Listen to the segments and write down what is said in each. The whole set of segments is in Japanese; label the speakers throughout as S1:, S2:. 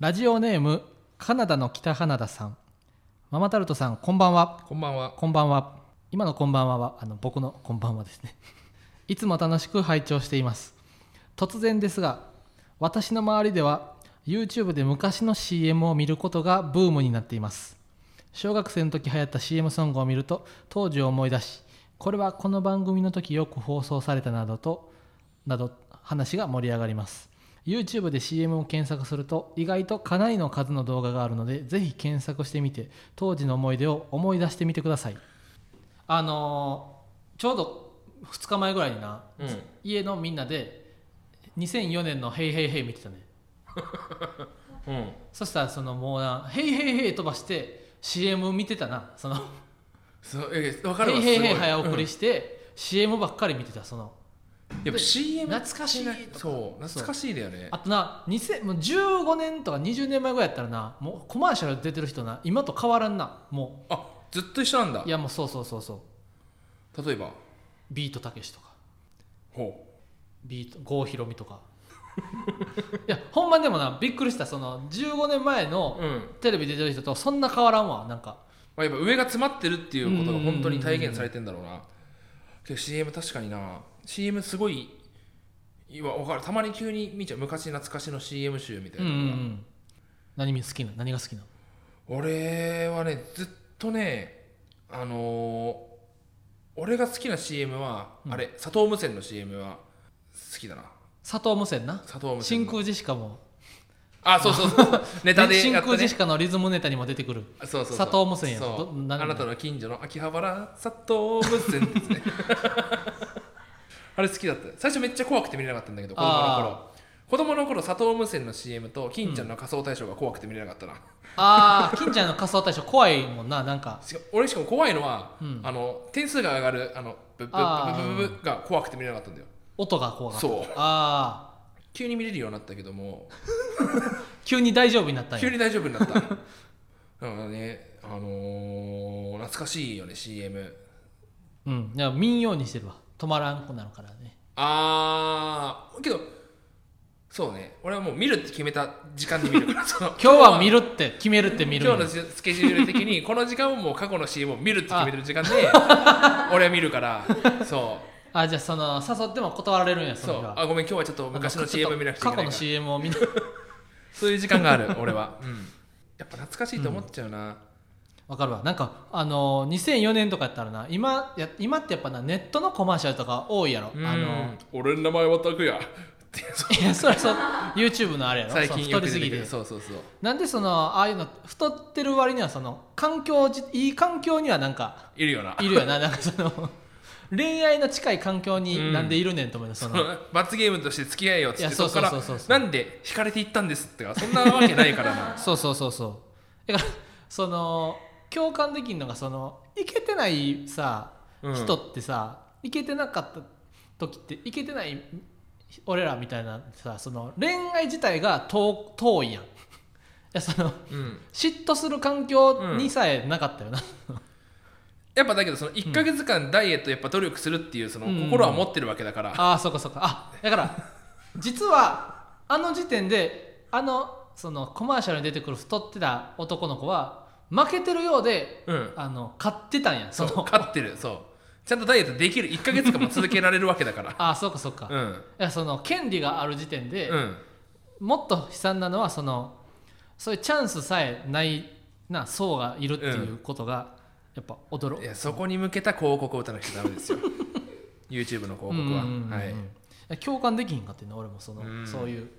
S1: ラジオネームカナダの北花田さんママタルトさんこんばんは
S2: こんばんは。
S1: こんばんは今のこんばんははあの僕のこんばんはですね いつも楽しく拝聴しています突然ですが私の周りでは YouTube で昔の CM を見ることがブームになっています小学生の時流行った CM ソングを見ると当時を思い出しこれはこの番組の時よく放送されたなどとなど話が盛り上がります YouTube で CM を検索すると意外とかなりの数の動画があるのでぜひ検索してみて当時の思い出を思い出してみてくださいあのーちょうど2日前ぐらいにな
S2: うん。
S1: 家のみんなで2004年の「ヘイヘイヘイ」見てたね
S2: うん。
S1: そしたらそのもうな「ヘイヘイヘイ」飛ばして CM 見てたなその「
S2: そうえわかるわ。
S1: ヘイ
S2: す
S1: ヘイ
S2: ご
S1: ヘイ」
S2: い
S1: 早送り
S2: うん
S1: して、CM ばっかり見てたその
S2: やっぱ CM
S1: 懐かしいとか
S2: そう懐かしいだよね。
S1: あとな2000もう15年とか20年前ぐらいやったらなもうコマーシャル出てる人な今と変わらんなも
S2: あずっと一緒なんだ
S1: うい。やもうそうそうそうそう
S2: 例えば
S1: ビートたけしとか
S2: ほ
S1: ビート郷ひろみと かいやほんまでもなびっくりしたその15年前
S2: う。
S1: の
S2: うん。
S1: テレビ出てる人とそんな変わらんわなんか
S2: まあやっぱ上が詰まってるっていうことが本当に体現されてんだろうな。けど CM 確かにな。CM すごい今わかる。たまに急に見ちゃう昔懐かしの CM 集みたい
S1: うん
S2: な
S1: う
S2: の
S1: ん
S2: が。
S1: うん何み好きな何が好きな
S2: 俺はねずっとねあのー俺が好きな CM は、あれ佐藤無線の CM は好きだな
S1: 佐藤無線な
S2: 佐藤無線
S1: 真
S2: の
S1: 空ジェシカも
S2: あそうそうそうネタで
S1: 真
S2: やった
S1: 空ジェ
S2: ね
S1: シカのリズムネタにも出てくる
S2: そうそうそう
S1: 佐藤無線や
S2: そ
S1: ど
S2: う
S1: 何
S2: あなたの近所の秋葉原佐藤無線ですね あれ好きだった最初めっちゃ怖くて見れなかったんだけど子供の頃子供の頃佐藤無線の CM と金ちゃんの仮装大賞が怖くて見れなかったな、
S1: ああ金ちゃんの仮装大賞怖いもんななんか
S2: しか俺しかも怖いのは、
S1: うん
S2: あの点数が上がるあのブッブ
S1: あ
S2: ッ
S1: ー
S2: ブッブッブッブッが怖くて見れなかったんだよ
S1: 音が怖かった
S2: そう
S1: あ
S2: 急に見れるようになったけども
S1: あ急に大丈夫になったん
S2: 急
S1: や
S2: に大丈夫になった だからねあのー、懐かしいよね CM
S1: うんいや民謡にしてるわ止まらん子なのからね
S2: あーけどそうね俺はもう見るって決めた時間で見るから その
S1: 今日は見るって決めるって見るんや
S2: 今日のスケジュール的にこの時間をもう過去の CM を見るって決めてる時間で 俺は見るからそう
S1: あじゃあその誘っても断られるんやそ
S2: そ
S1: の日
S2: う
S1: は
S2: あごめん今日はちょっと昔の CM 見なくちゃいけな
S1: 過
S2: いから
S1: 去の CM を見な
S2: そういう時間があ る俺は、やっぱ懐かしいと思っちゃうな、
S1: わかるわなんかあのー2004年とかやったらな今や今ってやっぱなネットのコマーシャルとか多いやろ、あ
S2: あ
S1: の
S2: の俺の名前は拓也ってそう
S1: いやそれそう YouTube のあれやろ
S2: 最近
S1: そ
S2: よ
S1: の太
S2: く
S1: りす
S2: 出て
S1: ぎ
S2: く
S1: て
S2: るそうそうそう
S1: なんでそのああいうの太ってる割にはその環境じいい環境にはなんか
S2: いるよない
S1: るよななんかその 恋愛の近い環境
S2: う
S1: に
S2: ん
S1: なんでいるねんと思うよその
S2: 罰ゲームとして付き合えよっつっ
S1: いや
S2: てそこ
S1: そう
S2: か
S1: そう
S2: ら
S1: そうそうそう
S2: なんで惹かれていったんですってかそんなわけないか らな
S1: そうそうそうそうだからその共感できるのがそのいけてないさ
S2: うん
S1: 人ってさいけ、てなかった時っていけてない俺らみたいなさその恋愛自体が遠遠いやんいやその
S2: うん
S1: 嫉妬する環境にさえなかったよな、
S2: やっぱだけどその1か月間ダイエットやっぱ努力するっていうその
S1: うん
S2: 心は持ってるわけだから、
S1: ああそうかそうかあだから実はあの時点であのそのコマーシャルに出てくる太ってた男の子は負けてるようで
S2: うん
S1: あの買ってたんやそ
S2: そう
S1: の
S2: 勝ってるそうちゃんとダイエットできる1か月間も続けられるわけだから
S1: ああそうかそうか、
S2: う
S1: い
S2: ん
S1: やその権利がある時点で、
S2: うん
S1: もっと悲惨なのはそのそういうチャンスさえないな層がいるっていうことが、やっぱ驚く
S2: いやそこに向けた広告を打たなくちゃダメ ですよ YouTube の広告
S1: うんうん
S2: は、
S1: うんうん
S2: はい
S1: や共感できひんかっていうの俺もその、
S2: うん
S1: そういう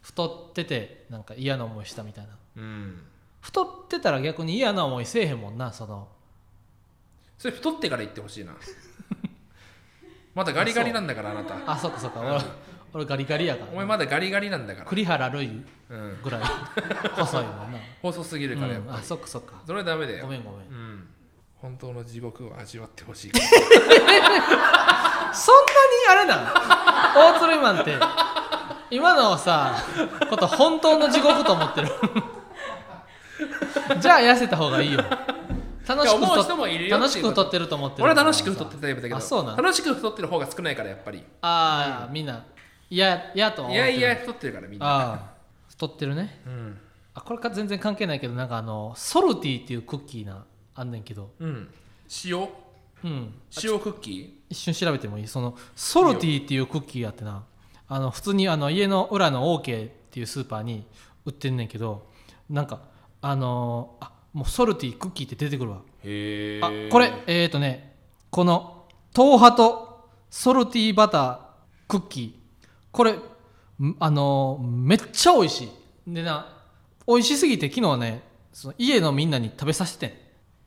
S1: 太っててなんか嫌な思いしたみたいな
S2: うん、
S1: 太ってたら逆に嫌な思いせえへんもんなその
S2: それ太ってから言ってほし いなまだガリガリなんだからあなた
S1: あそっかそっか俺俺ガリガリやか
S2: お
S1: ら
S2: 前まだガリガリなんだから、
S1: 栗原類
S2: うん、
S1: ぐらい細いも んな
S2: 細すぎるからやっ
S1: うん
S2: ぱ、
S1: あそっかそっか
S2: それはダメだよ
S1: ごめんごめん
S2: うん、本当の地獄を味わってほしい
S1: そんなにあれなの大鶴マンって今のさこと本当の地獄と思ってる じゃあ痩せた方がいいよ楽しく
S2: 思
S1: 太
S2: う人もいる
S1: っ
S2: よ
S1: 楽しく太ってると思ってる
S2: 俺は楽しく太ってるタイプだけ
S1: あそうな
S2: ど
S1: の
S2: 楽しく太ってる方が少ないからやっぱり
S1: ああみんないやいやとはい思って
S2: や
S1: る
S2: いや太ってるからみんな
S1: ああ太ってるね
S2: うん
S1: あこれか全然関係ないけどなんかあのソルティっていうクッキーなあんねんけど、
S2: うん塩
S1: うん、
S2: 塩クッキ
S1: 一瞬調べてもいいそのソルティっていうクッキーやってなあの普通にあの家の裏の OK っていうスーパーに売ってんねんけどなんかあのーあもうソルティクッキーって出てくるわ
S2: ーへ
S1: あ
S2: え
S1: これえっ、ー、とねこの豆腐とソルティバタークッキーこれんあのーめっちゃ美味しいでな美味しすぎて昨日ねその家のみんなに食べさせてん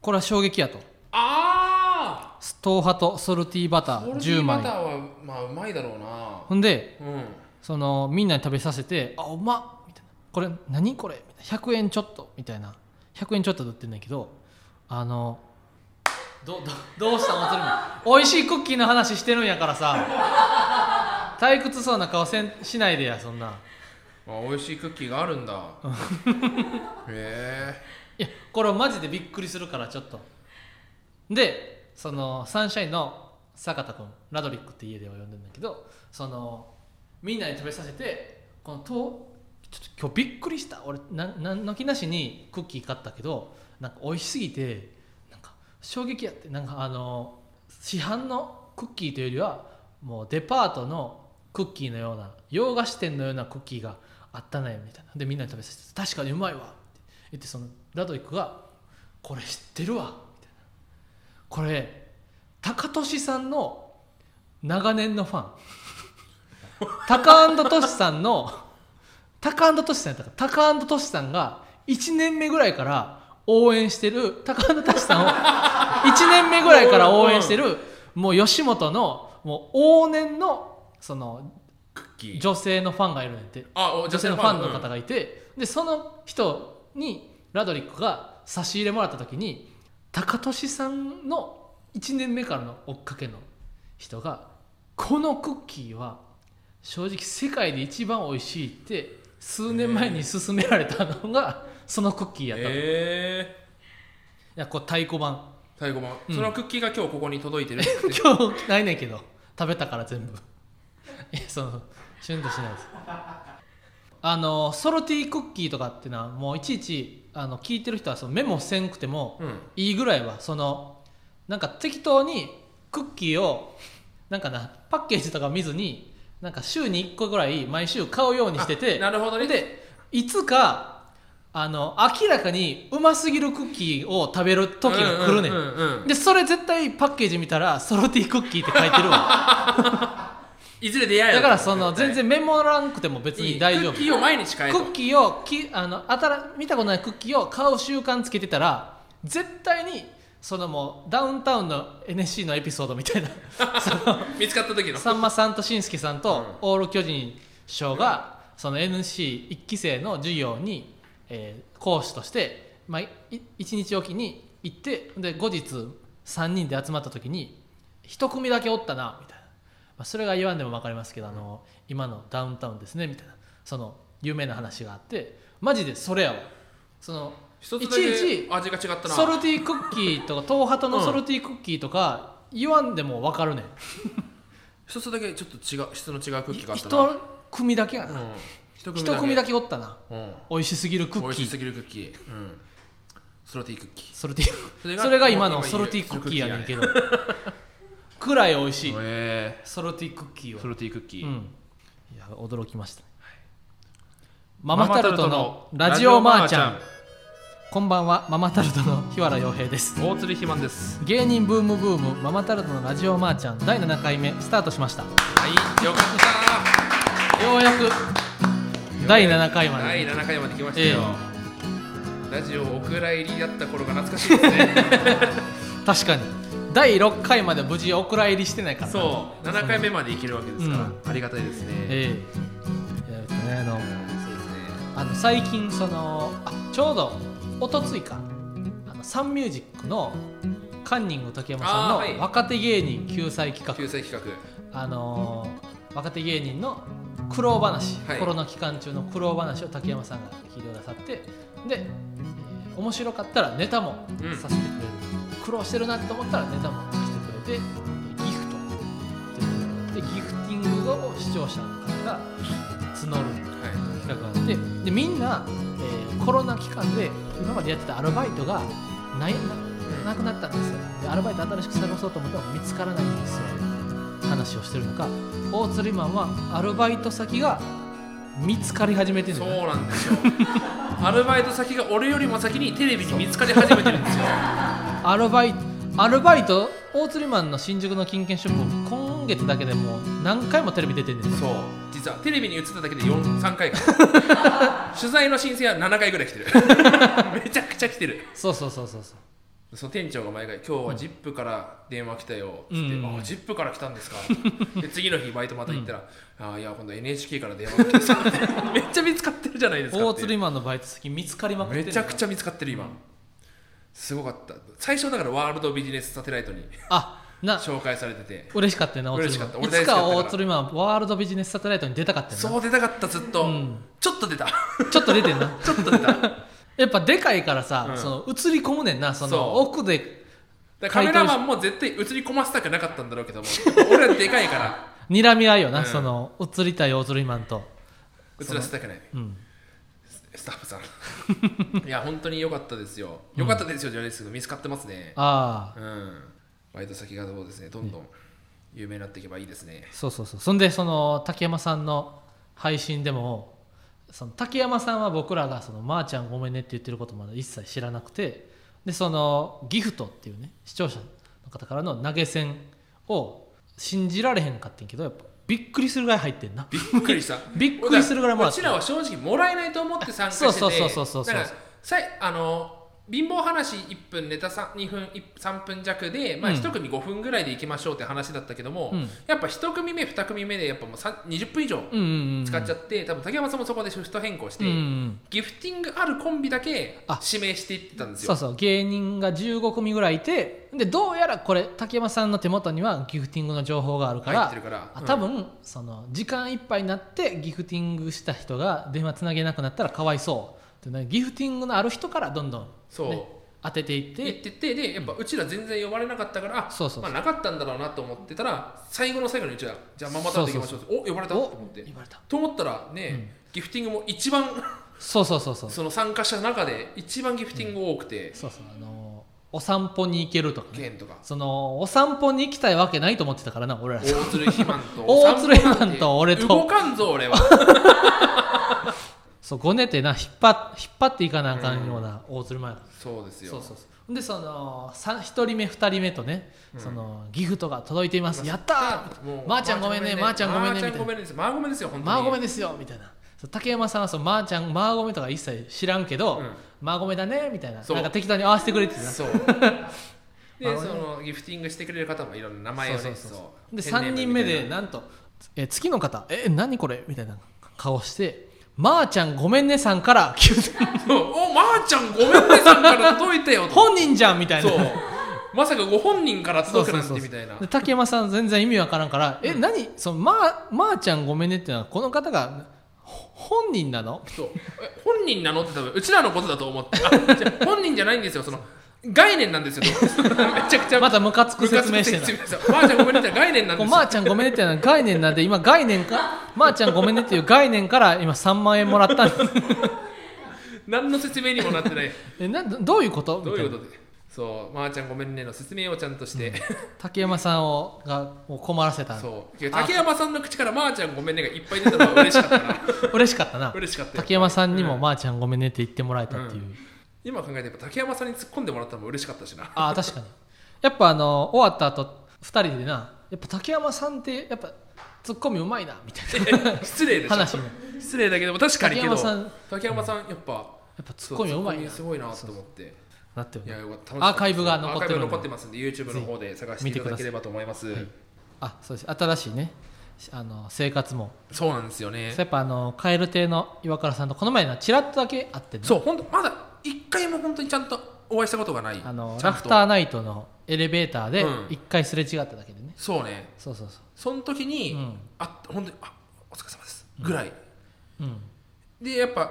S1: これは衝撃やと
S2: あ
S1: 豆腐とソルティバタ
S2: あ
S1: ー10枚
S2: バターはまあうまいだろうな
S1: ほんで
S2: うん
S1: そのみんなに食べさせて「あうまっ!」みたいな「これ何これ?」みたいな100円ちょっとみたいな100円ちょっとで売ってんだけどあのどどどうしたまつりも美味しいクッキーの話してるんやからさ退屈そうな顔せんしないでやそんな
S2: あ美味しいクッキーがある んだへ
S1: いやこれマジでびっくりするからちょっとでそのサンシャインの坂田君ラドリックって家では呼んでんだけどそのみんなに食べさせてこのとちょっと今日びっくりした俺ななんの気なしにクッキー買ったけどなんか美味しすぎてなんか衝撃やってなんかあの市販のクッキーというよりはもうデパートのクッキーのような洋菓子店のようなクッキーがあったねみたいなでみんなに食べさせて「確かにうまいわ」って言ってそのラドリックが「これ知ってるわ」みたいなこれ高俊さんの長年のファン 高俊さんの高俊さんやったか高俊さんが1年目ぐらいから応援してる高俊さんを1年目ぐらいから応援してるもう吉本のもう往年のその
S2: えクッキー
S1: 女性のファンがいるねんって
S2: あお
S1: 女性のファンの
S2: うん
S1: 方がいて、でその人にラドリックが差し入れもらった時に高俊さんの1年目からの追っかけの人が「このクッキーは正直世界で一番美味しい」って数年前に勧められたのがそのクッキーやった、い
S2: え
S1: やこう太鼓判
S2: ー、最後版、
S1: うん
S2: そのクッキーが今日ここに届いてるって
S1: 今日ないねんけど食べたから全部いやそのシュンとしないですあのソロティークッキーとかってのはもういちいちあの聞いてる人はそのメモせんくても
S2: うん
S1: いいぐらいはそのなんか適当にクッキーをなんかなパッケージとか見ずになんか週に1個ぐらい毎週買うようにしてて
S2: あなるほどね
S1: でいつかあの明らかにうますぎるクッキーを食べる時が来るねん,、
S2: うんうんうんうん
S1: でそれ絶対パッケージ見たらソロティークッキーって書いてるわ
S2: いずれ出会える
S1: だからその全
S2: 絶
S1: 然メモらんくても別
S2: 対い
S1: に
S2: い
S1: 大丈夫
S2: クッキーを毎日買え
S1: ク
S2: と
S1: ッキーをきあのあたら見たことないクッキーを買う習慣つけてたら絶対にそのもうダウンタウンの NSC のエピソードみたいなその
S2: 見つかった時 の
S1: さんまさんとしんすけさんとオール巨人師匠がその NC 一期生の授業に、えー講師として、まあ、い一日おきに行ってで後日3人で集まった時に一組だけおったなみたいな、まあ、それが言わんでも分かりますけど、あの今のダウンタウンですねみたいなその有名な話があってマジでそれやわその
S2: 一つだけ
S1: いちいち
S2: 味が違ったな
S1: ソルティクッキーとか東ハトのソルティクッキーとか言わんでも分かるねん
S2: 一つだけちょっと違う質の違うクッキーがあったな
S1: 一組だけやな、
S2: うん一組だ
S1: 一
S2: け
S1: 組だけおったな
S2: うん
S1: 美味しすぎるク
S2: 美
S1: ッキ
S2: 味しす
S1: ー
S2: ぎるクッキーうんソルティクッキー
S1: ソルティ
S2: それ
S1: ー
S2: が
S1: それが今
S2: も
S1: の
S2: う今
S1: ソルティクッキーやねんけどくらい美味しい
S2: へ
S1: ソルティクッキー
S2: え
S1: は
S2: ソルティクッキ
S1: う
S2: ー
S1: んいや驚きました、マ
S2: マ
S1: マ
S2: マ
S1: タ
S2: タ
S1: ル
S2: ル
S1: ト
S2: ト
S1: の
S2: の
S1: ラ
S2: ラ
S1: ジ
S2: ジ
S1: オ
S2: オ
S1: マ
S2: マ
S1: ー
S2: ー
S1: ち
S2: ち
S1: ゃ
S2: ゃ
S1: ん
S2: ん
S1: こんばんはママタルトの日原洋平です
S2: 大鶴ひまんです
S1: 芸人ブームブームママタルトのラジオマーちゃん第7回目スタートしましたよ
S2: はいよかった
S1: うやく第7回まで
S2: 第7回まで来ましたよ、ラジオお蔵入りだった頃が懐かしいですね
S1: 確かに第6回まで無事お蔵入りしてないからな
S2: そう7回目までいけるわけですから、
S1: うん
S2: ありがたいですね、
S1: ええいやですねあの
S2: そうですね
S1: あの最近そのあちょうどおとついかあのサンミュージックのカンニング竹山さん
S2: あーは
S1: の
S2: い
S1: 若手芸人救済企
S2: 救
S1: 画
S2: 済企
S1: あ,、のー若手芸人の苦労話、
S2: はい
S1: コロナ期間中の苦労話を竹山さんが聞いてくださってで、えー面白かったらネタも
S2: うん
S1: させてくれる、苦労してるなって思ったらネタもしてくれてえーギフトというのがあってギフティングを視聴者の方が募る
S2: 画はい
S1: 企画があってでみんな、えーコロナ期間で今までやってたアルバイトがないななくなったんですよでアルバイト新しく探そうと思っても見つからないんですよ話をしてるのか大釣りマンはアルバイト先が見つかり始めてるん
S2: そ
S1: だ
S2: う
S1: よね
S2: な んですよアルバイト先が俺よりも先にテレビに見つかり始めてるんですよ
S1: アルバイアルバイト大釣りマンの新宿の金券ショップ今月だけでもう何回もテレビ出てんねん
S2: そう実はテレビに映っただけで43回か 取材の申請は7回ぐらい来てるめちゃくちゃ来てる
S1: そうそうそうそうそう
S2: その店長が毎回「今日は ZIP から電話来たよ」つって「
S1: うん
S2: あ ZIP から来たん ですか」で次の日バイトまた行ったら「あいや今度 NHK から電話来てさ」 めっちゃ見つかってるじゃないですか
S1: 大
S2: っていう
S1: 釣りマンのバイト先見つかりまくって
S2: め
S1: る
S2: ちゃくち
S1: ゃ
S2: ゃ見つかってる今すごかった最初だからワールドビジネスサテライ トに
S1: あな
S2: 紹介されてて
S1: 嬉しかったよな大釣りマン
S2: 嬉しか
S1: いつ
S2: った俺大好き
S1: か
S2: だったから
S1: 大釣りマンワールドビジネスサテライトに出たかったよな
S2: そう出たかったずっと、
S1: うん
S2: ちょっと出た
S1: ちょっと出てんな
S2: ちょっと出ただか
S1: やっぱでかいからさ、
S2: うん
S1: その映り込むねんなそ
S2: そう
S1: の奥で
S2: らカメラマンも絶対映り込ませたくなかったんだろうけ ども俺はでかいから
S1: 睨み合いよな、
S2: うん
S1: その映りたい大釣りマンと、
S2: 映らせたくない
S1: うん、
S2: スタッフさん いや本当に良かったですよ良かったですよじゃないですけど見つかってますね
S1: ああ
S2: うんバイト先がそうですねどんどん有名になっていけばいいですね
S1: そうそうそうそんでその竹山さんの配信でもその竹山さんは僕らがその「まー、ちゃんごめんね」って言ってることまで一切知らなくてでそのギフトっていうね視聴者の方からの投げ銭を信じられへんかってんけどやっぱびっくりするぐらい入ってんな
S2: びっくりした
S1: びっくりするぐらいもら
S2: う
S1: った
S2: ちらは正直もらえないと思って参加して
S1: そう
S2: て
S1: そうそうそうそうそう
S2: だからさいあの貧乏話1分ネタ 3, 2分1 3分弱で、まあ、
S1: うん
S2: 1組5分ぐらいでいきましょうって話だったけども、
S1: うん
S2: やっぱ1組目2組目でやっぱもうさ20分以上
S1: うんうんうん
S2: 使っちゃ
S1: っ
S2: って、多分竹山さんもそこでシフト変更して、
S1: うんうん
S2: ギフティングあるコンビだけ
S1: あ
S2: 指名していってたんですよ
S1: そうそう芸人が15組ぐらいいてでどうやらこれ竹山さんの手元にはギフティングの情報があるから
S2: 入ってるから
S1: あ
S2: うん
S1: 多分その時間いっぱいになってギフティングした人が電話つなげなくなったらかわいそうってねギフティングのある人からどんどん、ね、
S2: そう
S1: 当てていっ
S2: で行ってててでやっぱうちら全然呼ばれなかったからあ
S1: そうそうそう
S2: まあ、なかったんだろうなと思ってたら最後の最後にうちらじゃあママタルト行きましょうってお呼ばれたと
S1: お
S2: 思って
S1: 言われた
S2: と思ったらね、ギフティングも一番
S1: そうそうそうそうそう
S2: その参加者の中で一番ギフティング多くて、
S1: そうあのーお散歩に行けるとか、ね、
S2: 券とか
S1: そのお散歩に行きたいわけないと思ってたからな俺ら
S2: 大鶴肥満と
S1: 大鶴肥満と俺と
S2: 動かんぞ俺は
S1: そうごねてな引っ張っ引っ張っていかなあかんような大鶴前だ
S2: そうですよ
S1: そうそうそうでそのさ一人目二人目とね、そのギフトが届いていますやったー
S2: もう
S1: まーちゃんごめんねまーちゃんごめんねみ
S2: まーち
S1: た
S2: ゃん
S1: い
S2: ご
S1: な
S2: めんねですまーごめんですよ本当に
S1: まーごめんですよみたいなそう竹山さんはそうまーちゃんまーごめとか一切知らんけど、
S2: うん
S1: まーごめだねみたいな
S2: そう
S1: なんか適当に合わせてくれてたな
S2: そう
S1: まあ
S2: で
S1: 俺
S2: そのギフティングしてくれる方もいろんな名前をね
S1: そうそうそう
S2: そう
S1: で
S2: ペンネー
S1: 3
S2: ム
S1: 人目
S2: みたい
S1: で
S2: な
S1: なんと、えー次の方「え何これ?」みたいな顔して「まー、ちゃんごめんね」さんからギフト
S2: そうおまー、ちゃんごめんねさんから届いた よと
S1: 本人じゃんみたいな
S2: そうまさかご本人から
S1: そう
S2: 届く
S1: そうそ
S2: なんて
S1: う
S2: みたいな
S1: で竹山さん全然意味わからんから「え何そのまあまーちゃんごめんね」ってのはこの方がほ本人なの
S2: そうえ本人なのって多分うちらのことだと思ってあじゃあ本人じゃないんですよその概念なんですよ めちゃくちゃ
S1: またムカつく説明して
S2: ムカつ
S1: な
S2: く説明してまーちゃんごめんねって概念なん
S1: こう
S2: です
S1: ま
S2: よ
S1: ーちゃんごめんねっていうのは概念なんで今概念かまーちゃんごめんねっていう概念から今3万円もら ったんです
S2: 何の説明にもなってない
S1: えなどどういうことみ
S2: どう
S1: たいな
S2: いうことでそうまー、ちゃんごめんねの説明をちゃんとして、
S1: 竹山さんをがを困らせた
S2: そういや竹山さんの口からまーちゃんごめんねがいっぱい出たのは嬉しかったな
S1: 嬉しかったな
S2: 嬉しかったよ
S1: 竹山さんにも「まーちゃんごめんね」って言ってもらえたっていう、
S2: 今考えてやっぱ竹山さんに突っ込んでもらったのも嬉しかったしな
S1: ああ確かにやっぱあの終わった後二2人でなやっぱ竹山さんってやっぱツッコミうまいなみたいな
S2: 失礼でしょ
S1: 話ね
S2: 失礼だけども確かにけど
S1: 竹山さん
S2: 竹山さんやっぱ
S1: やっぱツッコミうまい
S2: そう
S1: な
S2: ツッコミすごいなと思って
S1: なってる
S2: いや
S1: ね
S2: よかった楽しかった
S1: アーカイブが残ってるので
S2: アーカイブ残ってますんで YouTube の方で探していただければと思います
S1: はいあそうです新しいねしあの生活も
S2: そうなんですよね
S1: やっぱあの蛙亭の岩倉さんとこの前なちらっとだけ会ってね
S2: そう本当まだ一回も本当にちゃんとお会いしたことがない
S1: あの
S2: ちゃ
S1: ラ
S2: んと
S1: フターナイトのエレベーターで
S2: うん
S1: 一回すれ違っただけでね、
S2: そうね
S1: そうそうそ
S2: その時に、
S1: うん
S2: あ本当にあお疲れ様ですぐらい、
S1: う、うん、
S2: でやっぱ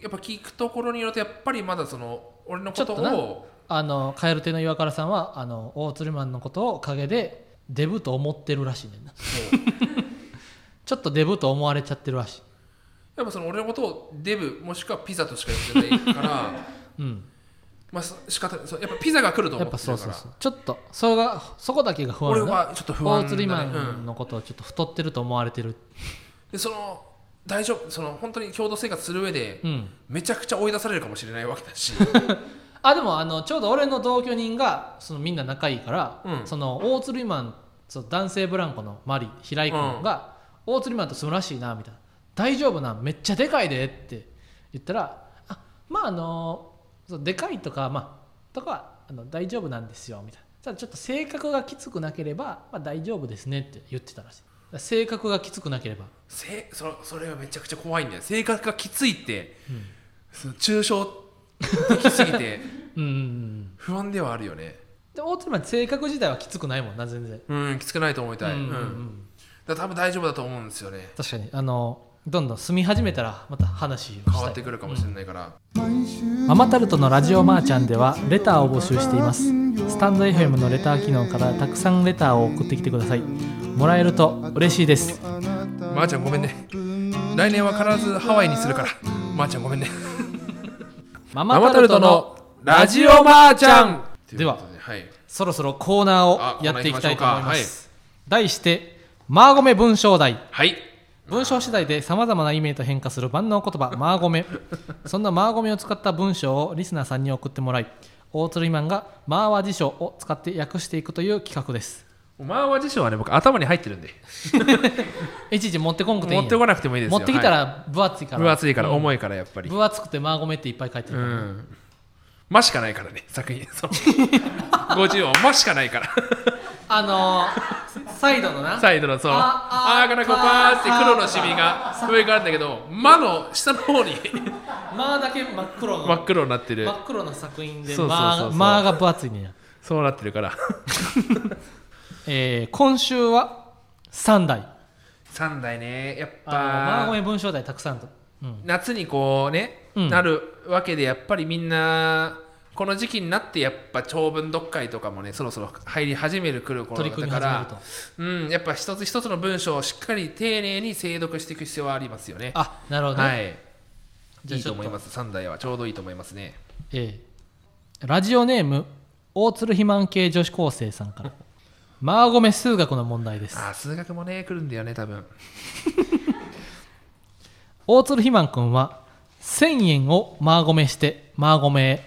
S2: やっぱ聞くところによるとやっぱりまだその俺のこと
S1: ちょっとな
S2: を
S1: あの蛙亭の岩倉さんはあの大鶴マンのことを陰でデブ と思ってるらしいねんな
S2: そう
S1: ちょっとデブと思われちゃってるらしい
S2: ややっぱその俺のことをデブもしくはピザとしか呼んでないから
S1: うん
S2: まあそ仕方ないそうやっぱピザが来ると
S1: や
S2: 思
S1: っ
S2: って
S1: ぱ
S2: る
S1: そう
S2: から
S1: そうそうちょっとそれがそこだけが不安
S2: 俺
S1: だ
S2: はちょっと不
S1: 大
S2: 安だ、
S1: 釣
S2: ね、
S1: りマ
S2: うん
S1: ンのことをちょっと太ってると思われてる
S2: でその大丈夫その本当に共同生活する上で、
S1: うん
S2: めちゃくちゃ追い出されるかもしれないわけだし
S1: あでもあのちょうど俺の同居人がそのみんな仲いいから、
S2: うん
S1: その大釣りマンその男性ブランコのマリ平井君が、大釣りマンと住むらしいなみたいな「大丈夫なめっちゃでかいで」って言ったら「あまああのそうでかいとかまあとかはあの大丈夫なんですよ」みたいなただちょっと性格がきつくなければ、まあ、大丈夫ですねって言ってたらしいだから性格がきつくなければ
S2: せそのそれはめちゃくちゃ怖いんだよ性格がきついって、その抽象的すぎて
S1: うんうんうん
S2: 不安ではあるよね
S1: で大釣りマン性格自体はきつくないもんな全然、
S2: うんきつくないと思いたい、
S1: うん
S2: う
S1: うんんう
S2: だ
S1: ん
S2: から多分大丈夫だと思うんですよね
S1: 確かにあのどんどん住み始めたらまた話をしたい
S2: 変わってくるかもしれないから、
S1: ママタルトのラジオマーちゃんではレターを募集していますスタンド FM のレター機能からたくさんレターを送ってきてくださいもらえると嬉しいです
S2: まー、ちゃんごめんね来年は必ずハワイにするからまー、ちゃんごめんね
S1: マ
S2: ママタルトのラジオまーちゃん
S1: では
S2: ということはい
S1: そろそろコーナー
S2: あ
S1: をやっていきたいと思い
S2: コーナー行きま
S1: ま
S2: しょ
S1: す題してマーゴメ文章題
S2: はい
S1: 文章次第でさまざまな意味へと変化する万能言 葉マーゴメそんなマーゴメを使った文章をリスナーさんに送ってもらい大鶴マンがマーワ辞書を使って訳していくという企画です
S2: マーワ辞書はね僕頭に入ってるんで
S1: いちいち持ってこんくていいん
S2: 持っ
S1: や
S2: てこなくてもいいです
S1: 持
S2: よ
S1: ってきた
S2: は
S1: ら分厚いか
S2: い
S1: ら、
S2: 分厚いから
S1: うん
S2: 重いからやっぱり
S1: 分厚くてマーゴメっていっぱい書いて
S2: う
S1: る、
S2: ん間しかないからね作品その50音間しかないから
S1: あのー、サイドのな
S2: サイドのそう
S1: あ
S2: あーからこうパーって黒のシミが上からあるんだけど「間の下の方に
S1: マーだけ真っ黒の
S2: 真
S1: 真
S2: っ黒になってる
S1: っ黒の作品で
S2: そうそうそうそ
S1: マ
S2: う
S1: ーマーが分厚いねんや、
S2: そうなってるから
S1: えー今週は3題
S2: 3代ねやっ
S1: あのマーゴ
S2: ぱ
S1: メ文章題たくさんと、うん、
S2: 夏にこうね、
S1: うん
S2: なるわけでやっぱりみんなこの時期になってやっぱ長文読解とかもねそろそろ入り始めるくる頃
S1: 取り
S2: だ
S1: 組み
S2: か
S1: 始める
S2: ら
S1: と
S2: うん、やっぱ一つ一つの文章をしっかり丁寧に精読していく必要はありますよね。
S1: あなるほどね、
S2: はい。
S1: じゃあ
S2: いい
S1: ち
S2: と
S1: ょっと
S2: 思います。三代はちょうどいいと思いますね。
S1: ええラジオネーム大鶴肥満系女子高生さん からマーゴメ数学の問題です
S2: あー、数学もね、来るんだよね、多分。
S1: 大鶴肥満君は1000円をマーゴメしてマーゴメへ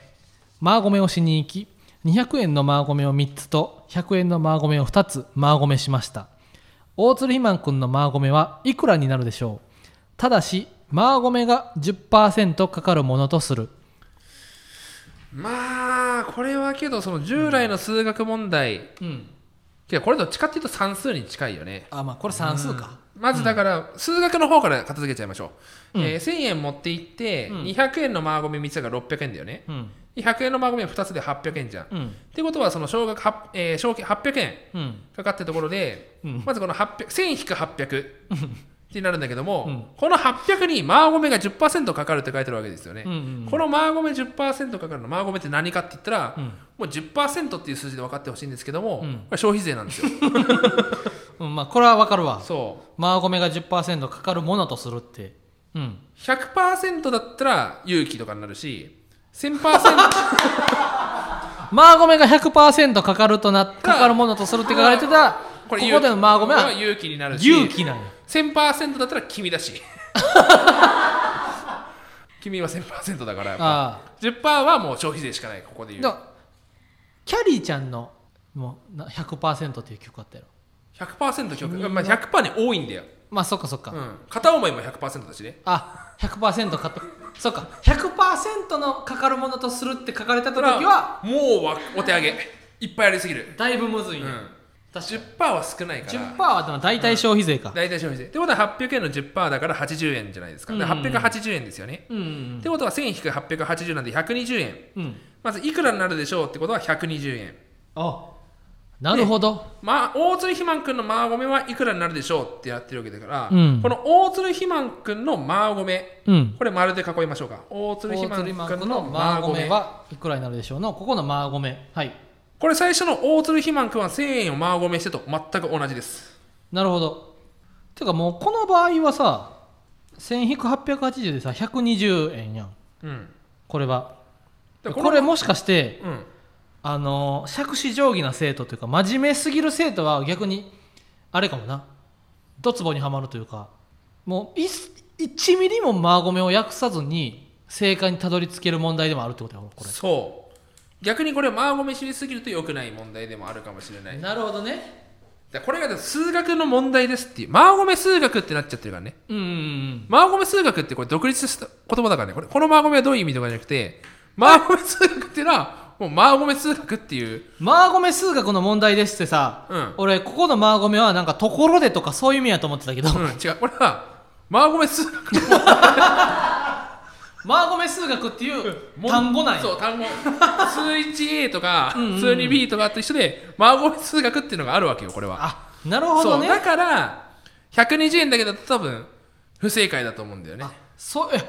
S1: マーゴメをしに行き200円のマーゴメを3つと100円のマーゴメを2つマーゴメしました大鶴肥満君のマーゴメはいくらになるでしょうただしマーゴメが10%かかるものとする
S2: まあ、これはけど、その従来の数学問題、
S1: うん
S2: けどこれどっちかっていうと算数に近いよね。
S1: あまあこれ算数か
S2: まずだから、数学の方から片付けちゃいましょう。
S1: うん
S2: えー1000円持っていって、
S1: うん
S2: 200円のマーゴミ3つだから600円だよね。
S1: うん
S2: 100円のマーゴミは2つで800円じゃん。っ
S1: うん
S2: てことは、その少額は、えー、賞金800円
S1: うん
S2: かかってるところで、
S1: うん
S2: まずこの800 1000-800ってなるんだけども、
S1: うん
S2: この800にマーゴメが10%かかるって書いてあるわけですよね、
S1: うんうん
S2: このマーゴメ10%かかるのマーゴメって何かって言ったら、
S1: うん
S2: もう10%っていう数字で分かってほしいんですけども、
S1: うん
S2: これ消費税なんです よ
S1: うん、まあこれはわかるわ
S2: そう
S1: マーゴメが10%かかるものとするってうん
S2: 100%だったら勇気とかになるし 1000%,
S1: マーゴメが100%かかるとなかかるものとするって書かれてた ここ
S2: 勇気
S1: でのマーゴメ
S2: これ
S1: は
S2: 勇気になるし
S1: 勇気なんや
S2: 1000%だったら君だし 君は1000%だからやっ
S1: あ
S2: ぱ10%はもう消費税しかないここで
S1: あ
S2: 言
S1: で
S2: う
S1: もキャリーちゃんのもうな100%っていう曲あったやろ
S2: 100%曲、まあ、100%ね多いんだよ、
S1: まあそっかそっか、
S2: うん、片思いも100%だしね
S1: あ100%かとそっか100%のかかるものとするって書かれた時は
S2: もうわお手上げいっぱいありすぎる、
S1: だいぶむずいん
S2: う
S1: や、
S2: ん、
S1: 確かに
S2: 10%は少ないか
S1: 10%
S2: ら
S1: はでも大体消費税か、
S2: 大体消費税ってことは800円の10%だから80円じゃないですかで
S1: うんうんうん
S2: 880円ですよね、
S1: うんうんうん
S2: ってことは1000-880なんで120円
S1: うん
S2: まずいくらになるでしょうってことは120円
S1: あなるほど、
S2: まあ、大鶴肥満君のマーゴメはいくらになるでしょうってやってるわけだから、
S1: うん
S2: この大鶴肥満君のマーゴメ
S1: うん
S2: これ丸で囲いましょうか大鶴
S1: 大
S2: 肥
S1: 鶴
S2: 満
S1: マン
S2: 君
S1: ク
S2: の
S1: の
S2: マ
S1: マ
S2: ー
S1: ー
S2: ゴ
S1: ゴ
S2: メ
S1: メはいくらになるでしょうのここのマーゴメはい
S2: これ最初の大鶴肥満君は1000円をマーゴメしてと全く同じです
S1: なるほどてかもうこの場合はさ1000引く880でさ120円やん
S2: うん
S1: これは
S2: で
S1: これもしかして
S2: うん
S1: あの尺子定規な生徒というか真面目すぎる生徒は逆にあれかもなドツボにはまるというかもうい1ミリもマーゴメを訳さずに正解にたどり着ける問題でもあるってことやもんこ
S2: そう逆にこれをマーゴメ知りすぎると良くない問題でもあるかもしれない
S1: れなるほどね
S2: でこれが数学の問題ですっていうマーゴメ数学ってなっちゃってるからね
S1: うんうんうん
S2: マーゴメ数学ってこれ独立した言葉だからねこれこのマーゴメはどういう意味とかじゃなくてマーゴメ数学っていうのはもうマーゴメ数学っていう
S1: マーゴメ数学の問題ですってさ、
S2: うん
S1: 俺ここのマーゴメはなんかところでとかそういう意味やと思ってたけど、
S2: うん違うこれはマーゴメ数学の
S1: マーゴメ数学っていう単語なんや
S2: そう単語数 1a とか
S1: うんうん
S2: 数 2b とかと一緒でマーゴメ数学っていうのがあるわけよこれは
S1: あなるほど
S2: そうだ
S1: ね
S2: から120円だけだと多分不正解だと思うんだよね
S1: あそうえ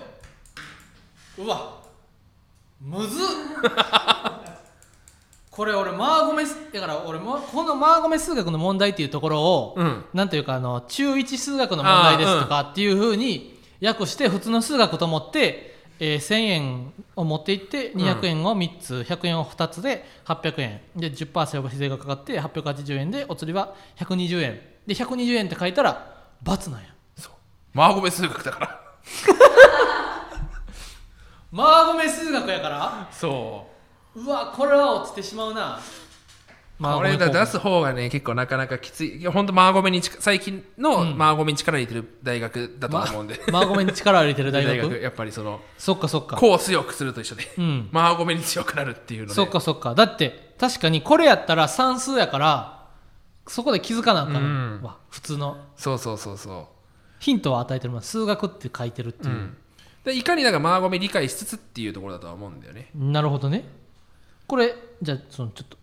S1: うわむずっ これ俺マーゴメだから俺もこのマーゴメ数学の問題っていうところを、
S2: うん
S1: なんというかあの中1数学の問題ですとかっていうふうに訳して普通の数学と思って、えー1000円を持っていって200円を3つ、100円を2つで800円で10%が非税がかかって880円でお釣りは120円で120円って書いたら×なんや
S2: そうマーゴメ数学だから
S1: マーゴメ数学やから
S2: そう
S1: わこれは落ちてしまうなマー
S2: こ
S1: ゴメ
S2: れだ
S1: 効果
S2: 出す方がね結構なかなかきついいや本当マーゴメに近最近のマーゴメに力入れてる大学だと思うんで、
S1: マーゴメに力を入れてる大学
S2: やっぱりその
S1: そっかそっか
S2: こう強くすると一緒で、
S1: うん
S2: マーゴメに強くなるっていうので
S1: そっかそっかだって確かにこれやったら算数やからそこで気づかなあかん
S2: うん
S1: わ普通の
S2: そうそうそうそ
S1: ヒントを与えてるもの数学って書いてるって
S2: う、
S1: いうう、
S2: ん、でいかになんかマーゴメ理解しつつっていうところだとは思うんだよね
S1: なるほどねこれじゃあそのちょっと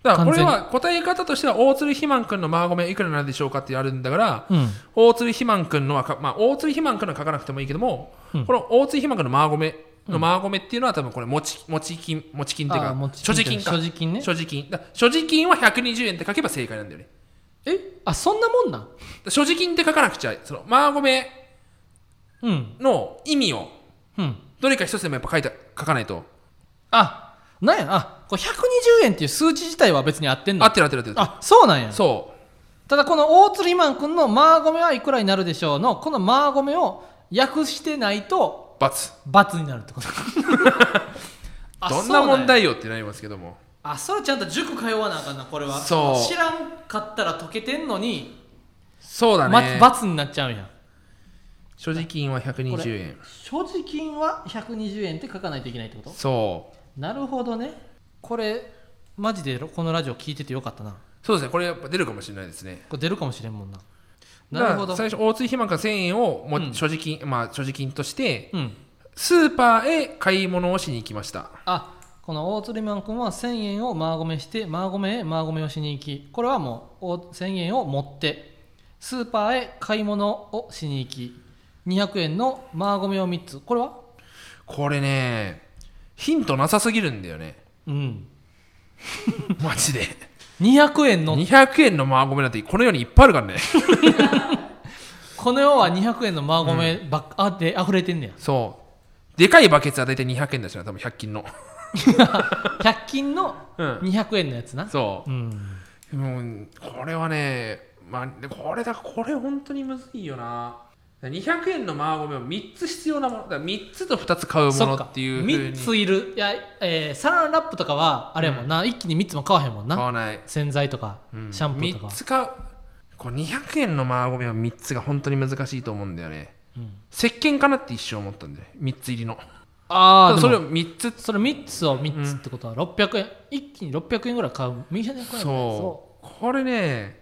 S2: だからこれは答え方としては大鶴ひまんくんのマーゴメいくらなんでしょうかってあるんだから、
S1: うん
S2: 大鶴ひまんくんのはか、まあ、大鶴ひまんくんのは書かなくてもいいけども、
S1: うん
S2: この大鶴ひまんくんのマーゴメのマーゴメっていうのは多分これ持ち持ち金持ち金っていう
S1: あー
S2: か
S1: 持ち
S2: 所持金か
S1: 所持金ね
S2: 所持金だ所持金は120円って書けば正解なんだよね
S1: えあそんなもんなん
S2: だ所持金って書かなくちゃそのマーゴメ
S1: うん
S2: の意味を
S1: うん
S2: どれか一つでもやっぱ書いた書かないと
S1: あなんやあこれ120円っていう数値自体は別に合ってんの
S2: 合ってる合ってる合ってる
S1: あそうなんや
S2: そ
S1: ただこの大鶴ひまん君の「マーゴメはいくらになるでしょう」のこの「マーゴメを訳してないと
S2: う罰
S1: 罰になるってこと あ
S2: どんな問
S1: そうや
S2: 題よってなりますけども
S1: あそれちゃんと塾通わなあかんなこれは
S2: そう
S1: 知らんかったら解けてんのに、
S2: そうだ
S1: ま
S2: ね、
S1: 罰になっちゃうやん
S2: 所持金は120円
S1: 所持金は120円って書かないといけないってこと
S2: そう
S1: なるほどねこれマジでこのラジオ聞いててよかったな
S2: そうですねこれやっぱ出るかもしれないですね
S1: これ出るかもしれんもんななるほ
S2: だ
S1: ど
S2: から最初大津肥満から1000円をも、
S1: うん
S2: 所持金まあ所持金として
S1: うん
S2: スーパーへ買い物をしに行きました
S1: あこの大鶴マン君は1000円をマーゴメしてマーゴメへマーゴメをしに行きこれはもうお1000円を持ってスーパーへ買い物をしに行き200円のマーゴメを3つこれは
S2: これねヒントなさすぎるんだ よね
S1: うん
S2: マジで
S1: 200円の
S2: 200円のマーゴメなんてこの世にいっぱいあるからね
S1: この世は200円のマーゴメばっか、あで溢れてんねや
S2: そうでかいバケツは大体200円だしな多分100均の
S1: 100均の
S2: うん
S1: 200円のやつな
S2: そ
S1: うん
S2: うもうこれはね、まあ、でこれだこれ本当にむずいよな200円のマーゴメを3つ必要なものだから3つと2つ買うも
S1: そ
S2: の
S1: っか
S2: っていうふう
S1: 3
S2: に
S1: ついるいや、えーサランラップとかはあれやもんな、一気に3つも買わへんもん
S2: 買
S1: な
S2: わない
S1: 洗剤とかシャンプーとか
S2: 3つ買うこう200円のマーゴメは3つが本当に難しいと思うんだよね
S1: うん
S2: 石鹸かなって一生思ったんで3つ入りの
S1: あ
S2: ただ
S1: あ
S2: それを3つ
S1: それ3つを3つってことは600円、一気に600円ぐらい買うみんなで買う
S2: そうこれね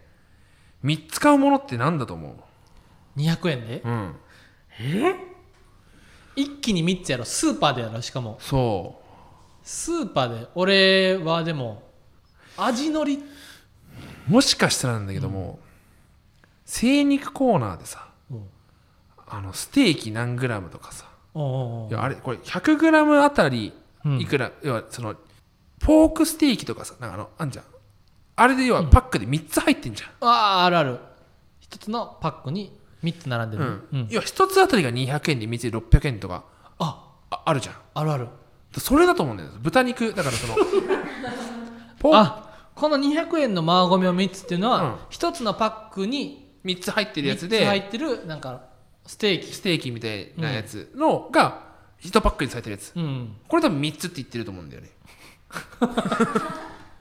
S2: 3つ買うものって何だと思
S1: う200円で
S2: ううん
S1: 一気に3つやろスーパーでやろしかも
S2: そ
S1: スーパーで俺はでも味のり
S2: うもしかしたらなんだけども、精肉コーナーでさ
S1: うん
S2: あのステーキ何グラムとかさ
S1: おうおうおう
S2: いやあれこれ100グラムあたり
S1: うん
S2: いくら、要はそのポークステーキとかさなんかあのあんじゃんあれで要はパックで3つ入ってんじゃん
S1: あああるある一つのパックに3つ並んで
S2: う
S1: る、
S2: ん
S1: うん
S2: 要は1つあたりが200円で店600円とか
S1: あ
S2: ああるじゃん
S1: あるある
S2: それだと思うんだよ豚肉だからその ポー
S1: あこの200円のマーゴミを3つっていうの
S2: うん
S1: は、一1つのパックに
S2: 3つ入ってるやつ
S1: 3つ入
S2: で
S1: ってるなんかステーキ
S2: ステーキみたいなやつのが1パックにされてるやつ
S1: うん
S2: これ多分3つって言ってると思うんだよね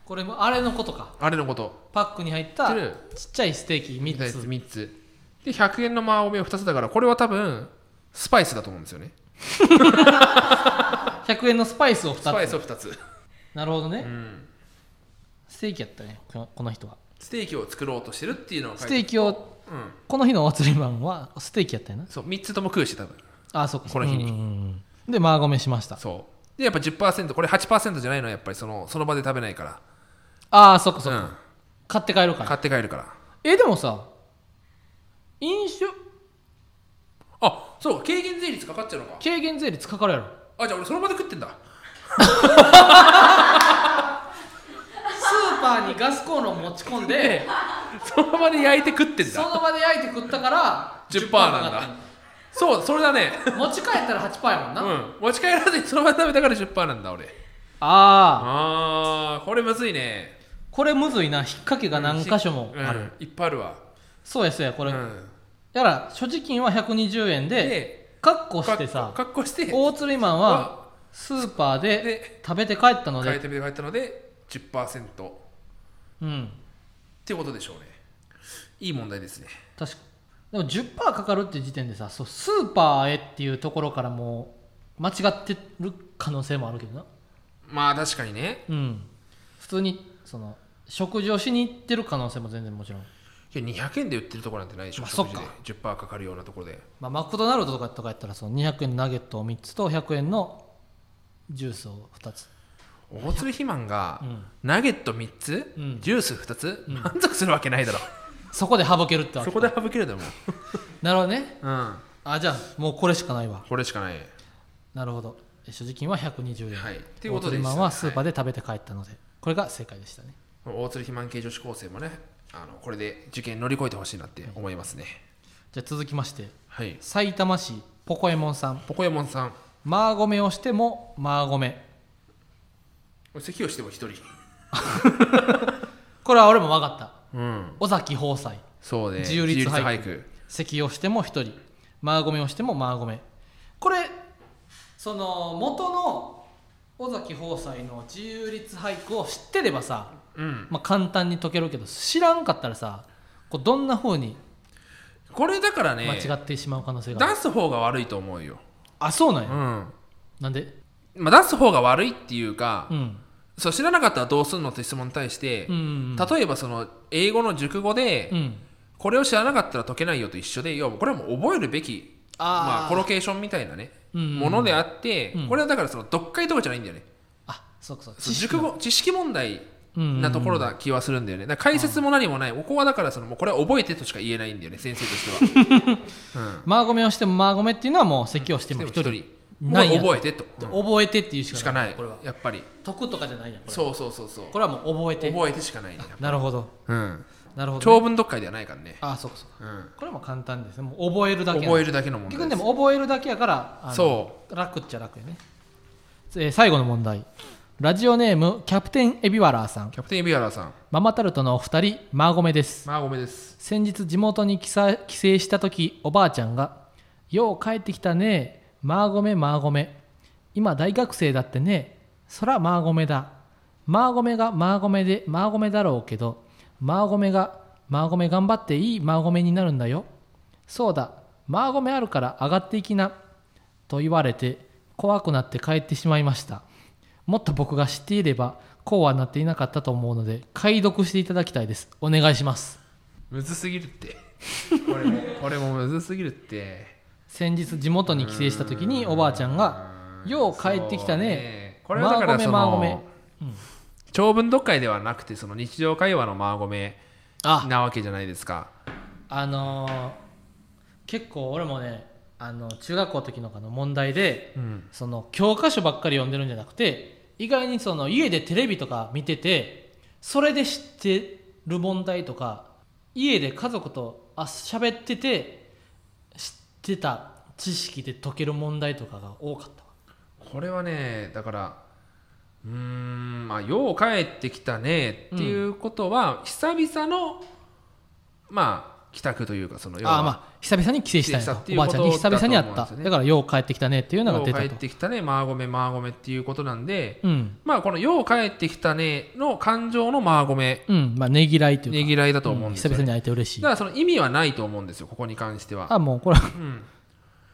S1: これもあれのことか
S2: あれのこと
S1: パックに入った
S2: 入ってる
S1: ちっちゃいステーキ
S2: みた
S1: 3
S2: いなやつ
S1: つ
S2: 3つで100円のマーゴメを2つだからこれは多分スパイスだと思うんですよね
S1: 100円のスパイスを
S2: スパ
S1: 2
S2: イ
S1: つ
S2: スを2つ、
S1: なるほどね、
S2: うん、
S1: ステーキやったねこのこの人は
S2: ステーキを作ろうとしてるっていうのを
S1: ス
S2: 書
S1: テ
S2: いて
S1: ーキを
S2: うん
S1: この日のお祭りマンはステーキやったよな
S2: そう3つとも食うし多分
S1: あそっか
S2: この日に
S1: うんうんうんでマーゴメしました
S2: そうでやっぱ10%これ8%じゃないのはやっぱりそのその場で食べないから
S1: ああそっかそっか、
S2: うん
S1: 買って帰ろうか
S2: 買って帰るから
S1: えでもさ飲酒
S2: あそう軽減税率かかっちゃうのか
S1: 軽減税率かかるやろ
S2: あじゃあ俺その場で食ってんだ
S1: スーパーにガスコンロ持ち込んで
S2: その場で焼いて食ってん
S1: その場で焼いて食ったから
S2: 10%なんだそうそれだね
S1: 持ち帰ったら8%やもん
S2: う
S1: な、あ
S2: ん持ち帰らずにその場で食べたから10%なんだ俺
S1: あ
S2: あーこれむずいね
S1: これむずいな引っ掛けが何箇所もある、
S2: うんいっぱいあるわ
S1: そうやそうやこ
S2: う
S1: れ、
S2: ん
S1: やら所持金は120円で
S2: で
S1: カッコして
S2: か
S1: さ
S2: 格好して
S1: 大釣りマンは
S2: は
S1: スーパーで
S2: で
S1: 食べて帰ったの
S2: 買い
S1: で
S2: 手で買ったので10%っ
S1: うん
S2: てことでしょうねいい問題ですね
S1: 確かでも10%かかるって時点でさそうスーパーへっていうところからもう間違ってる可能性もあるけどな
S2: まあ確かにね
S1: うん普通にその食事をしに行ってる可能性も全然もちろん、
S2: いや200円で売ってるとこなんてないでしょ、
S1: まあ
S2: 食事
S1: そっ
S2: で10%かかるようなところで
S1: まあ、マクドナルドとかとかやったらその200円ナゲットを3つと100円のジュースを2つ
S2: 大鶴肥満が
S1: うん
S2: ナゲット3つ、
S1: うん
S2: ジュース2つ、満足するわけないだろ、
S1: そこで省けるってわけ
S2: そこで省けるだもん、
S1: なるほどね
S2: うん、
S1: あじゃあもうこれしかないわ
S2: これしかない
S1: なるほどえ所持金は120円
S2: はいっていうことで
S1: 大鳥
S2: した
S1: マ
S2: ね
S1: ンはスーパーで食べて帰ったので、これが正解でしたね
S2: 大鶴肥満系女子高生もねあのこれで受験乗り越えてほしいなって思いますね、
S1: じゃあ続きまして
S2: はい
S1: さいたま市ポコエモンさん
S2: ポコヤモンさん
S1: マーゴメをしてもマーゴメ
S2: 席をしても1人
S1: これは俺も分かった
S2: うん
S1: 尾崎豊斎
S2: そうね
S1: 自由律俳句
S2: 句
S1: 咳をしても1人マーゴメをしてもマーゴメこれその元の尾崎豊斎の自由律俳句を知ってればさ、
S2: うん
S1: まあ、簡単に解けるけど知らんかったらさこうどんな風に
S2: これだからね
S1: 間違ってしまう可能性がある、
S2: 出す方が悪いと思うよ、
S1: あそうなん
S2: う
S1: や、
S2: んま
S1: なんで
S2: あ、出す方が悪いっていうか、
S1: うん
S2: そう知らなかったらどうすんのって質問に対して、
S1: うん
S2: 例えばその英語の熟語で、
S1: うん
S2: これを知らなかったら解けないよと一緒で要はこれはもう覚えるべき
S1: あー
S2: まあ、コロケーションみたいなね、
S1: うん
S2: ものであって、
S1: うん
S2: これはだからその読解とかじゃないんだよね
S1: あそうかそうか
S2: そう熟語知識問題
S1: うん
S2: なところだ気はするんだよねだから解説も何もない、ここはだからそのもうこれは覚えてとしか言えないんだよね先生として は、うん、
S1: マーゴメをしてもマーゴメっていうのはもう咳をしても
S2: でも
S1: 一
S2: 一
S1: 人
S2: 人も
S1: ないや
S2: う
S1: つ
S2: 覚えてと、うん
S1: 覚えてっていうし
S2: し
S1: か
S2: か
S1: ない
S2: ない
S1: これは
S2: やっぱり
S1: 得とかじゃないやんこれは
S2: そうそうそうそう
S1: これはもう覚えて
S2: 覚えてしかないんだよ、
S1: なるほど
S2: うん、
S1: なるほどね、
S2: 長文読解ではないからね、
S1: あそうかそうか
S2: うん、
S1: これも簡単ですねもう覚えるだけや
S2: 覚えるだけの問
S1: 結
S2: 題
S1: 局
S2: で
S1: ですも覚えるだけやからあの
S2: そ
S1: 楽っちゃ楽やね、えー最後の問題ラジオネームキャプテンエビワラーさん
S2: キャプテンエビアラさん
S1: ママタルトのお二人マーゴメです
S2: まあごめんです
S1: 先日地元に帰さ帰省した時おばあちゃんが「よう帰ってきたねマーゴメマーゴメ今大学生だってねそらマーゴメだマーゴメがマーゴメでマーゴメだろうけどマーゴメがマーゴメ頑張っていいマーゴメになるんだよそうだマーゴメあるから上がっていきな」と言われて怖くなって帰ってしまいましたもっと僕が知っていればこうはなっていなかったと思うので解読していただきたいですお願いします
S2: むずすぎるって これもこれもむずすぎるって
S1: 先日地元に帰省した時におばあちゃんが「よう帰ってきたね
S2: そうこれはだからその
S1: マーゴメマーゴメ
S2: 長文読解ではなくてその日常会話のマーゴメ」
S1: あ
S2: なわけじゃないですか
S1: あのー結構俺もねあの中学校の時のの問題で
S2: うん
S1: その教科書ばっかり読んでるんじゃなくて意外にその家でテレビとか見ててそれで知ってる問題とか家で家族とあ喋っててってた知識で解ける問題とかが多かったわ
S2: これはねだからうーんまあよう帰ってきたねっていうことは、久々のまあ帰宅というかその要
S1: あ
S2: は
S1: あまあ久々に帰省したん
S2: 帰省した
S1: や
S2: ってい
S1: お
S2: う
S1: ば
S2: こ
S1: あ
S2: と
S1: ちゃんに久々に会っ
S2: だと思うん
S1: た
S2: ですよね
S1: だからよう帰ってきたねっていうのが
S2: よう
S1: 出
S2: 帰
S1: た
S2: っ
S1: と
S2: てきたねマーゴメマーゴメっていうことなんで
S1: うん
S2: まあこの「よう帰ってきたね」の感情のマーゴメ
S1: うんまあねぎらいというか
S2: ねぎらいだと思う
S1: ん
S2: んで
S1: 久
S2: すよ、
S1: 々に
S2: ね
S1: 会えて嬉しい
S2: だからその意味はないと思うんですよここに関しては、
S1: あもうこれは
S2: うん、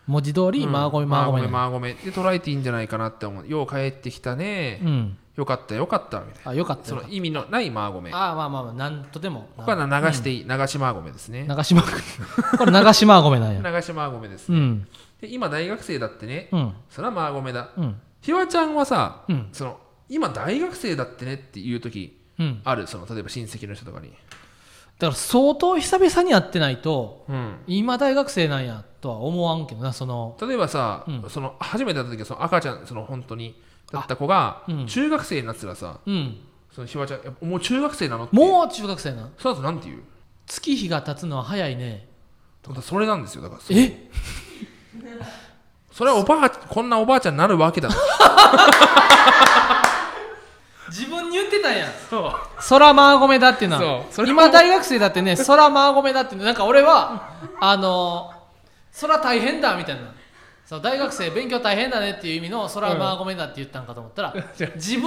S1: 文字通りマーゴメマーゴメなんだ
S2: マーゴメで捉えていいんじゃないかなって思うよう帰ってきたね、
S1: うん
S2: よかったよかったみたいな
S1: あよかった
S2: そ
S1: よ
S2: の意味のないマーゴメこ
S1: ああまあまあまあなんとでも
S2: こはな流していい、流しマーゴメですね
S1: 長島これ長島ごめ なんや
S2: 流しマーゴメです、
S1: うん
S2: で今大学生だってね
S1: うん
S2: それはマーゴメだ
S1: うん
S2: ひわちゃんはさ
S1: うん
S2: その今大学生だってねっていう時
S1: うん
S2: あるその例えば親戚の人とかに
S1: だから相当久々に会ってないと
S2: うん
S1: 今大学生なんやとは思わんけどなその
S2: 例えばさ、
S1: うん
S2: その初めて会った時はその赤ちゃんその本当にだった子が
S1: うん
S2: 中学生になってたらさ
S1: うん
S2: そのひわちゃんやっぱもう中学生なのって
S1: もう中学生なん
S2: その後なんて言う
S1: 月日が経つのは早いね
S2: だからそれなんですよだからそ
S1: え
S2: それはおばあこんなおばあちゃんになるわけだな
S1: 自分に言ってたんや
S2: そう
S1: 空マーゴメだっていうのは
S2: そうそれ
S1: 今大学生だ ってね空マーゴメだってねなんか俺はあのー空大変だみたいなそう大学生勉強大変だねっていう意味の空マーゴメだって言ったんか と思ったら、自分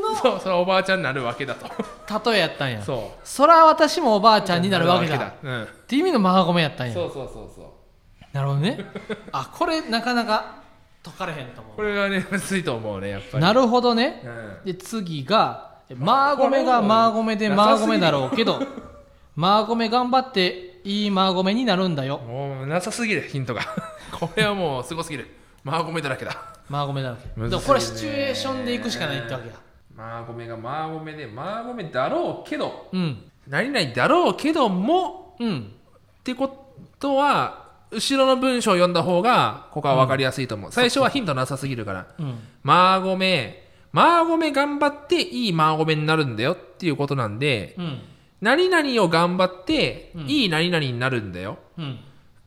S1: の
S2: そうそれはおばあちゃんになるわけだと
S1: 例えやったんや
S2: そ
S1: 空私もおばあちゃ
S2: うん
S1: になるわけだ
S2: なるわけだ
S1: っていう意味のマーゴメやったん
S2: うん
S1: や
S2: そうそうそうそう
S1: なるほどねあこれなかなか解かれへんと思
S2: これがねむずいと思うねやっぱ
S1: う
S2: り
S1: なるほどね
S2: うん
S1: で次がマーゴメがマーゴメでマーゴメだろうけど マーゴメ頑張っていいマーゴメになるんだよ
S2: もうなさすぎるヒントが これはもうすごすぎるマーゴメだらけだ
S1: マーゴメだらけ
S2: むず
S1: で
S2: いね
S1: もこれシチュエーションでいくしかないってわけや
S2: マーゴメがマーゴメでマーゴメだろうけど
S1: うん
S2: 何々だろうけども
S1: うん
S2: ってことは後ろの文章を読んだ方がここは分かりやすいと思う、最初はヒントなさすぎるから
S1: うん
S2: マーゴメマーゴメ頑張っていいマーゴメになるんだよっていうことなんで
S1: うん
S2: 何々を頑張って
S1: うん
S2: いい何々になるんだよ、
S1: うん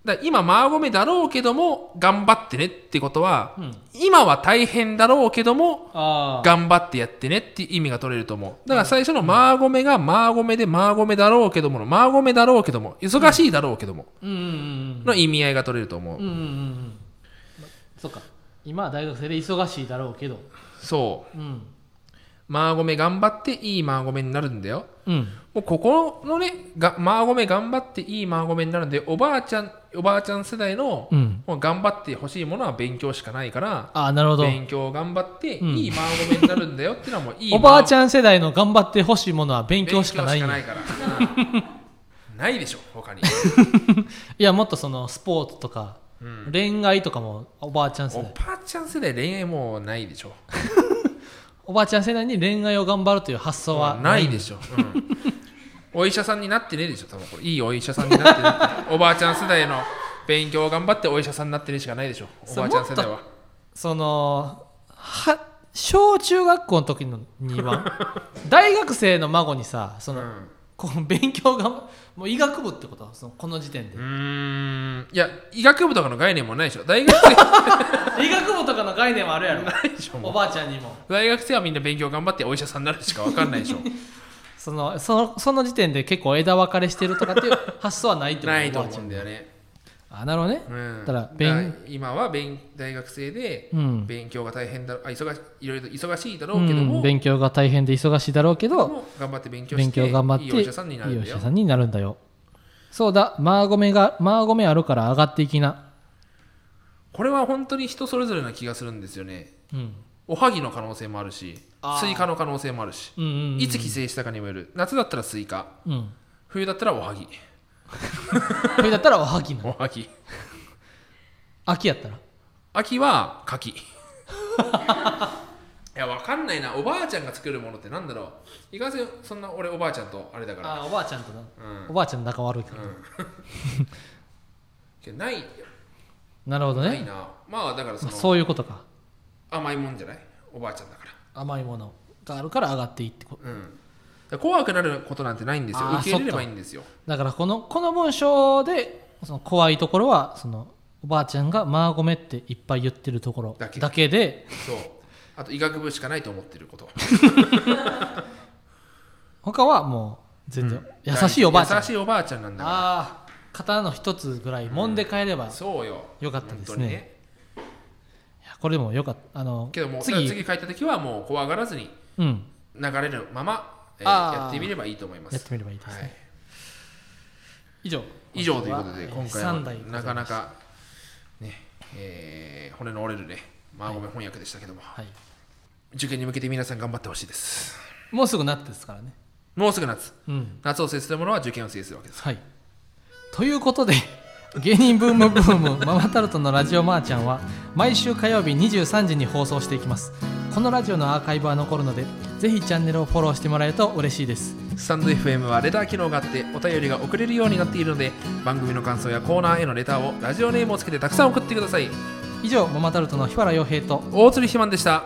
S2: だから今マーゴメだろうけども頑張ってねってことは
S1: うん
S2: 今は大変だろうけども
S1: ああ
S2: 頑張ってやってねっていう意味が取れると思うだから最初のマーゴメがマーゴメでマーゴメだろうけどものマーゴメだろうけども忙しいだろうけども
S1: うんうんうん
S2: の意味合いが取れると思う、
S1: うんうんうんうんそっか今は大学生で忙しいだろうけど
S2: そう
S1: うん
S2: マーゴメ頑張っていいマーゴメになるんだよ
S1: うん
S2: もうここのねがマーゴメ頑張っていいマーゴメになるんでおばあちゃんおばあちゃん世代の
S1: うん
S2: もう頑張ってほしいものは勉強しかないから
S1: ああなるほど
S2: 勉強頑張って
S1: うん
S2: いいマーゴメになるんだよっていうのはもういい
S1: おばあち
S2: ゃん
S1: ゃん世代の頑張ってほしいものは勉
S2: 勉
S1: 強
S2: 強
S1: し
S2: し
S1: か
S2: か
S1: な
S2: ないい
S1: んや
S2: からうん ないでしょ他に、
S1: いやもっとそのスポーツとか
S2: うん
S1: 恋愛とかもおばあちゃん世
S2: お
S1: 代
S2: ばあちゃん世代恋愛もうないでしょ
S1: おばあちゃん世代に恋愛を頑張るという発想は
S2: ないでしょ、うんお医者さんになってねえでしょ多分これいいお医者さんになってねえおばあちゃん世代の勉強を頑張ってお医者さんになってねえしかないでしょおばあちゃん世代は
S1: そのは小中学校の時のに は大学生の孫にさその、
S2: うん
S1: こう勉強がもう医学部ってことそのこの時点で
S2: うーんいや医学部とかの概念もないでしょ大学生
S1: 医学部とかの概念はあるやろ
S2: ないでしょも
S1: お
S2: う
S1: ばあちゃんにも
S2: 大学生はみんな勉強頑張ってお医者さんになるしか分かんないでしょ
S1: そのそのその時点で結構枝分かれしてるとかっていう発想は ないってこと
S2: ないと
S1: おばあ
S2: 思
S1: ち
S2: う
S1: ゃん
S2: んだよね、
S1: あなるほどね
S2: うん、
S1: だから勉
S2: だから今は勉大学生で
S1: うん
S2: 勉強が大変だあ忙しいろいろ忙しいだろ
S1: う
S2: うけども、
S1: ん、勉強が大変で忙しいだろうけど
S2: も頑張って勉強して
S1: 勉強頑張って
S2: いいお医者さんになるん
S1: いい
S2: だ
S1: お医
S2: よ
S1: 者さんになるんだよそうだマーゴメがマーゴメあるから上がっていきな
S2: これは本当に人それぞれな気がするんですよね
S1: うん
S2: おはぎの可能性もあるし
S1: あー
S2: スイカの可能性もあるし
S1: うんうんうん
S2: いつ帰省したかにもよる夏だったらスイカ
S1: うん
S2: 冬だったらおはぎ
S1: これだったらおはぎな
S2: おはぎ
S1: 秋やったら
S2: 秋は柿 いやわかんないなおばあちゃんが作るものってなんだろういかんせんそんな俺おばあちゃんとあれだから
S1: あおばあちゃんとな
S2: うん
S1: おばあちゃんの仲悪いから、
S2: けどない
S1: なるほど
S2: ない
S1: ね
S2: なまあだからそ
S1: まあ
S2: の
S1: そういうことか
S2: 甘いもんじゃないおばあちゃんだから
S1: 甘いものがあるから上がっていいってこと
S2: うんだから怖くなることなんてないんですよ
S1: あー
S2: 受け入れればいいんですよ
S1: だからこのこの文章でその怖いところはそのおばあちゃんがマーゴメっていっぱい言ってるところ
S2: だけ
S1: だけで
S2: そうあと医学部しかないと思ってること
S1: 他はもう全然、
S2: うん
S1: 優しいおばあちゃん
S2: 優しいおばあちゃんなんだか
S1: ああ刀の一つぐらい揉んで帰れば、
S2: ら
S1: い
S2: そうよ
S1: よかったですね
S2: 本当に
S1: やこれでもよかったあの
S2: けどもう次
S1: 次
S2: 次帰った時はもう怖がらずに
S1: うん
S2: 流れるまま、えー
S1: あー
S2: やってみればいいと思います
S1: やってみればいいですね
S2: はい
S1: 以上
S2: 以上ということで今回
S1: 3代
S2: はなかなかねえー骨の折れるねまあごめん翻訳でしたけども
S1: はい、
S2: 受験に向けて皆さん頑張ってほしいです
S1: もうすぐなってですからね
S2: もうすぐ夏
S1: うん
S2: 夏を制するものは受験を制するわけです
S1: はいということで 芸人ブームブームママタルトのラジオマーちゃんは毎週火曜日23時に放送していきますこのラジオのアーカイブは残るのでぜひチャンネルをフォローしてもらえると嬉しいです
S2: スタンド FM はレター機能があってお便りが送れるようになっているので番組の感想やコーナーへのレターをラジオネームをつけてたくさん送ってください
S1: 以上ママタルトの日原洋平と
S2: 大鶴ひまんでした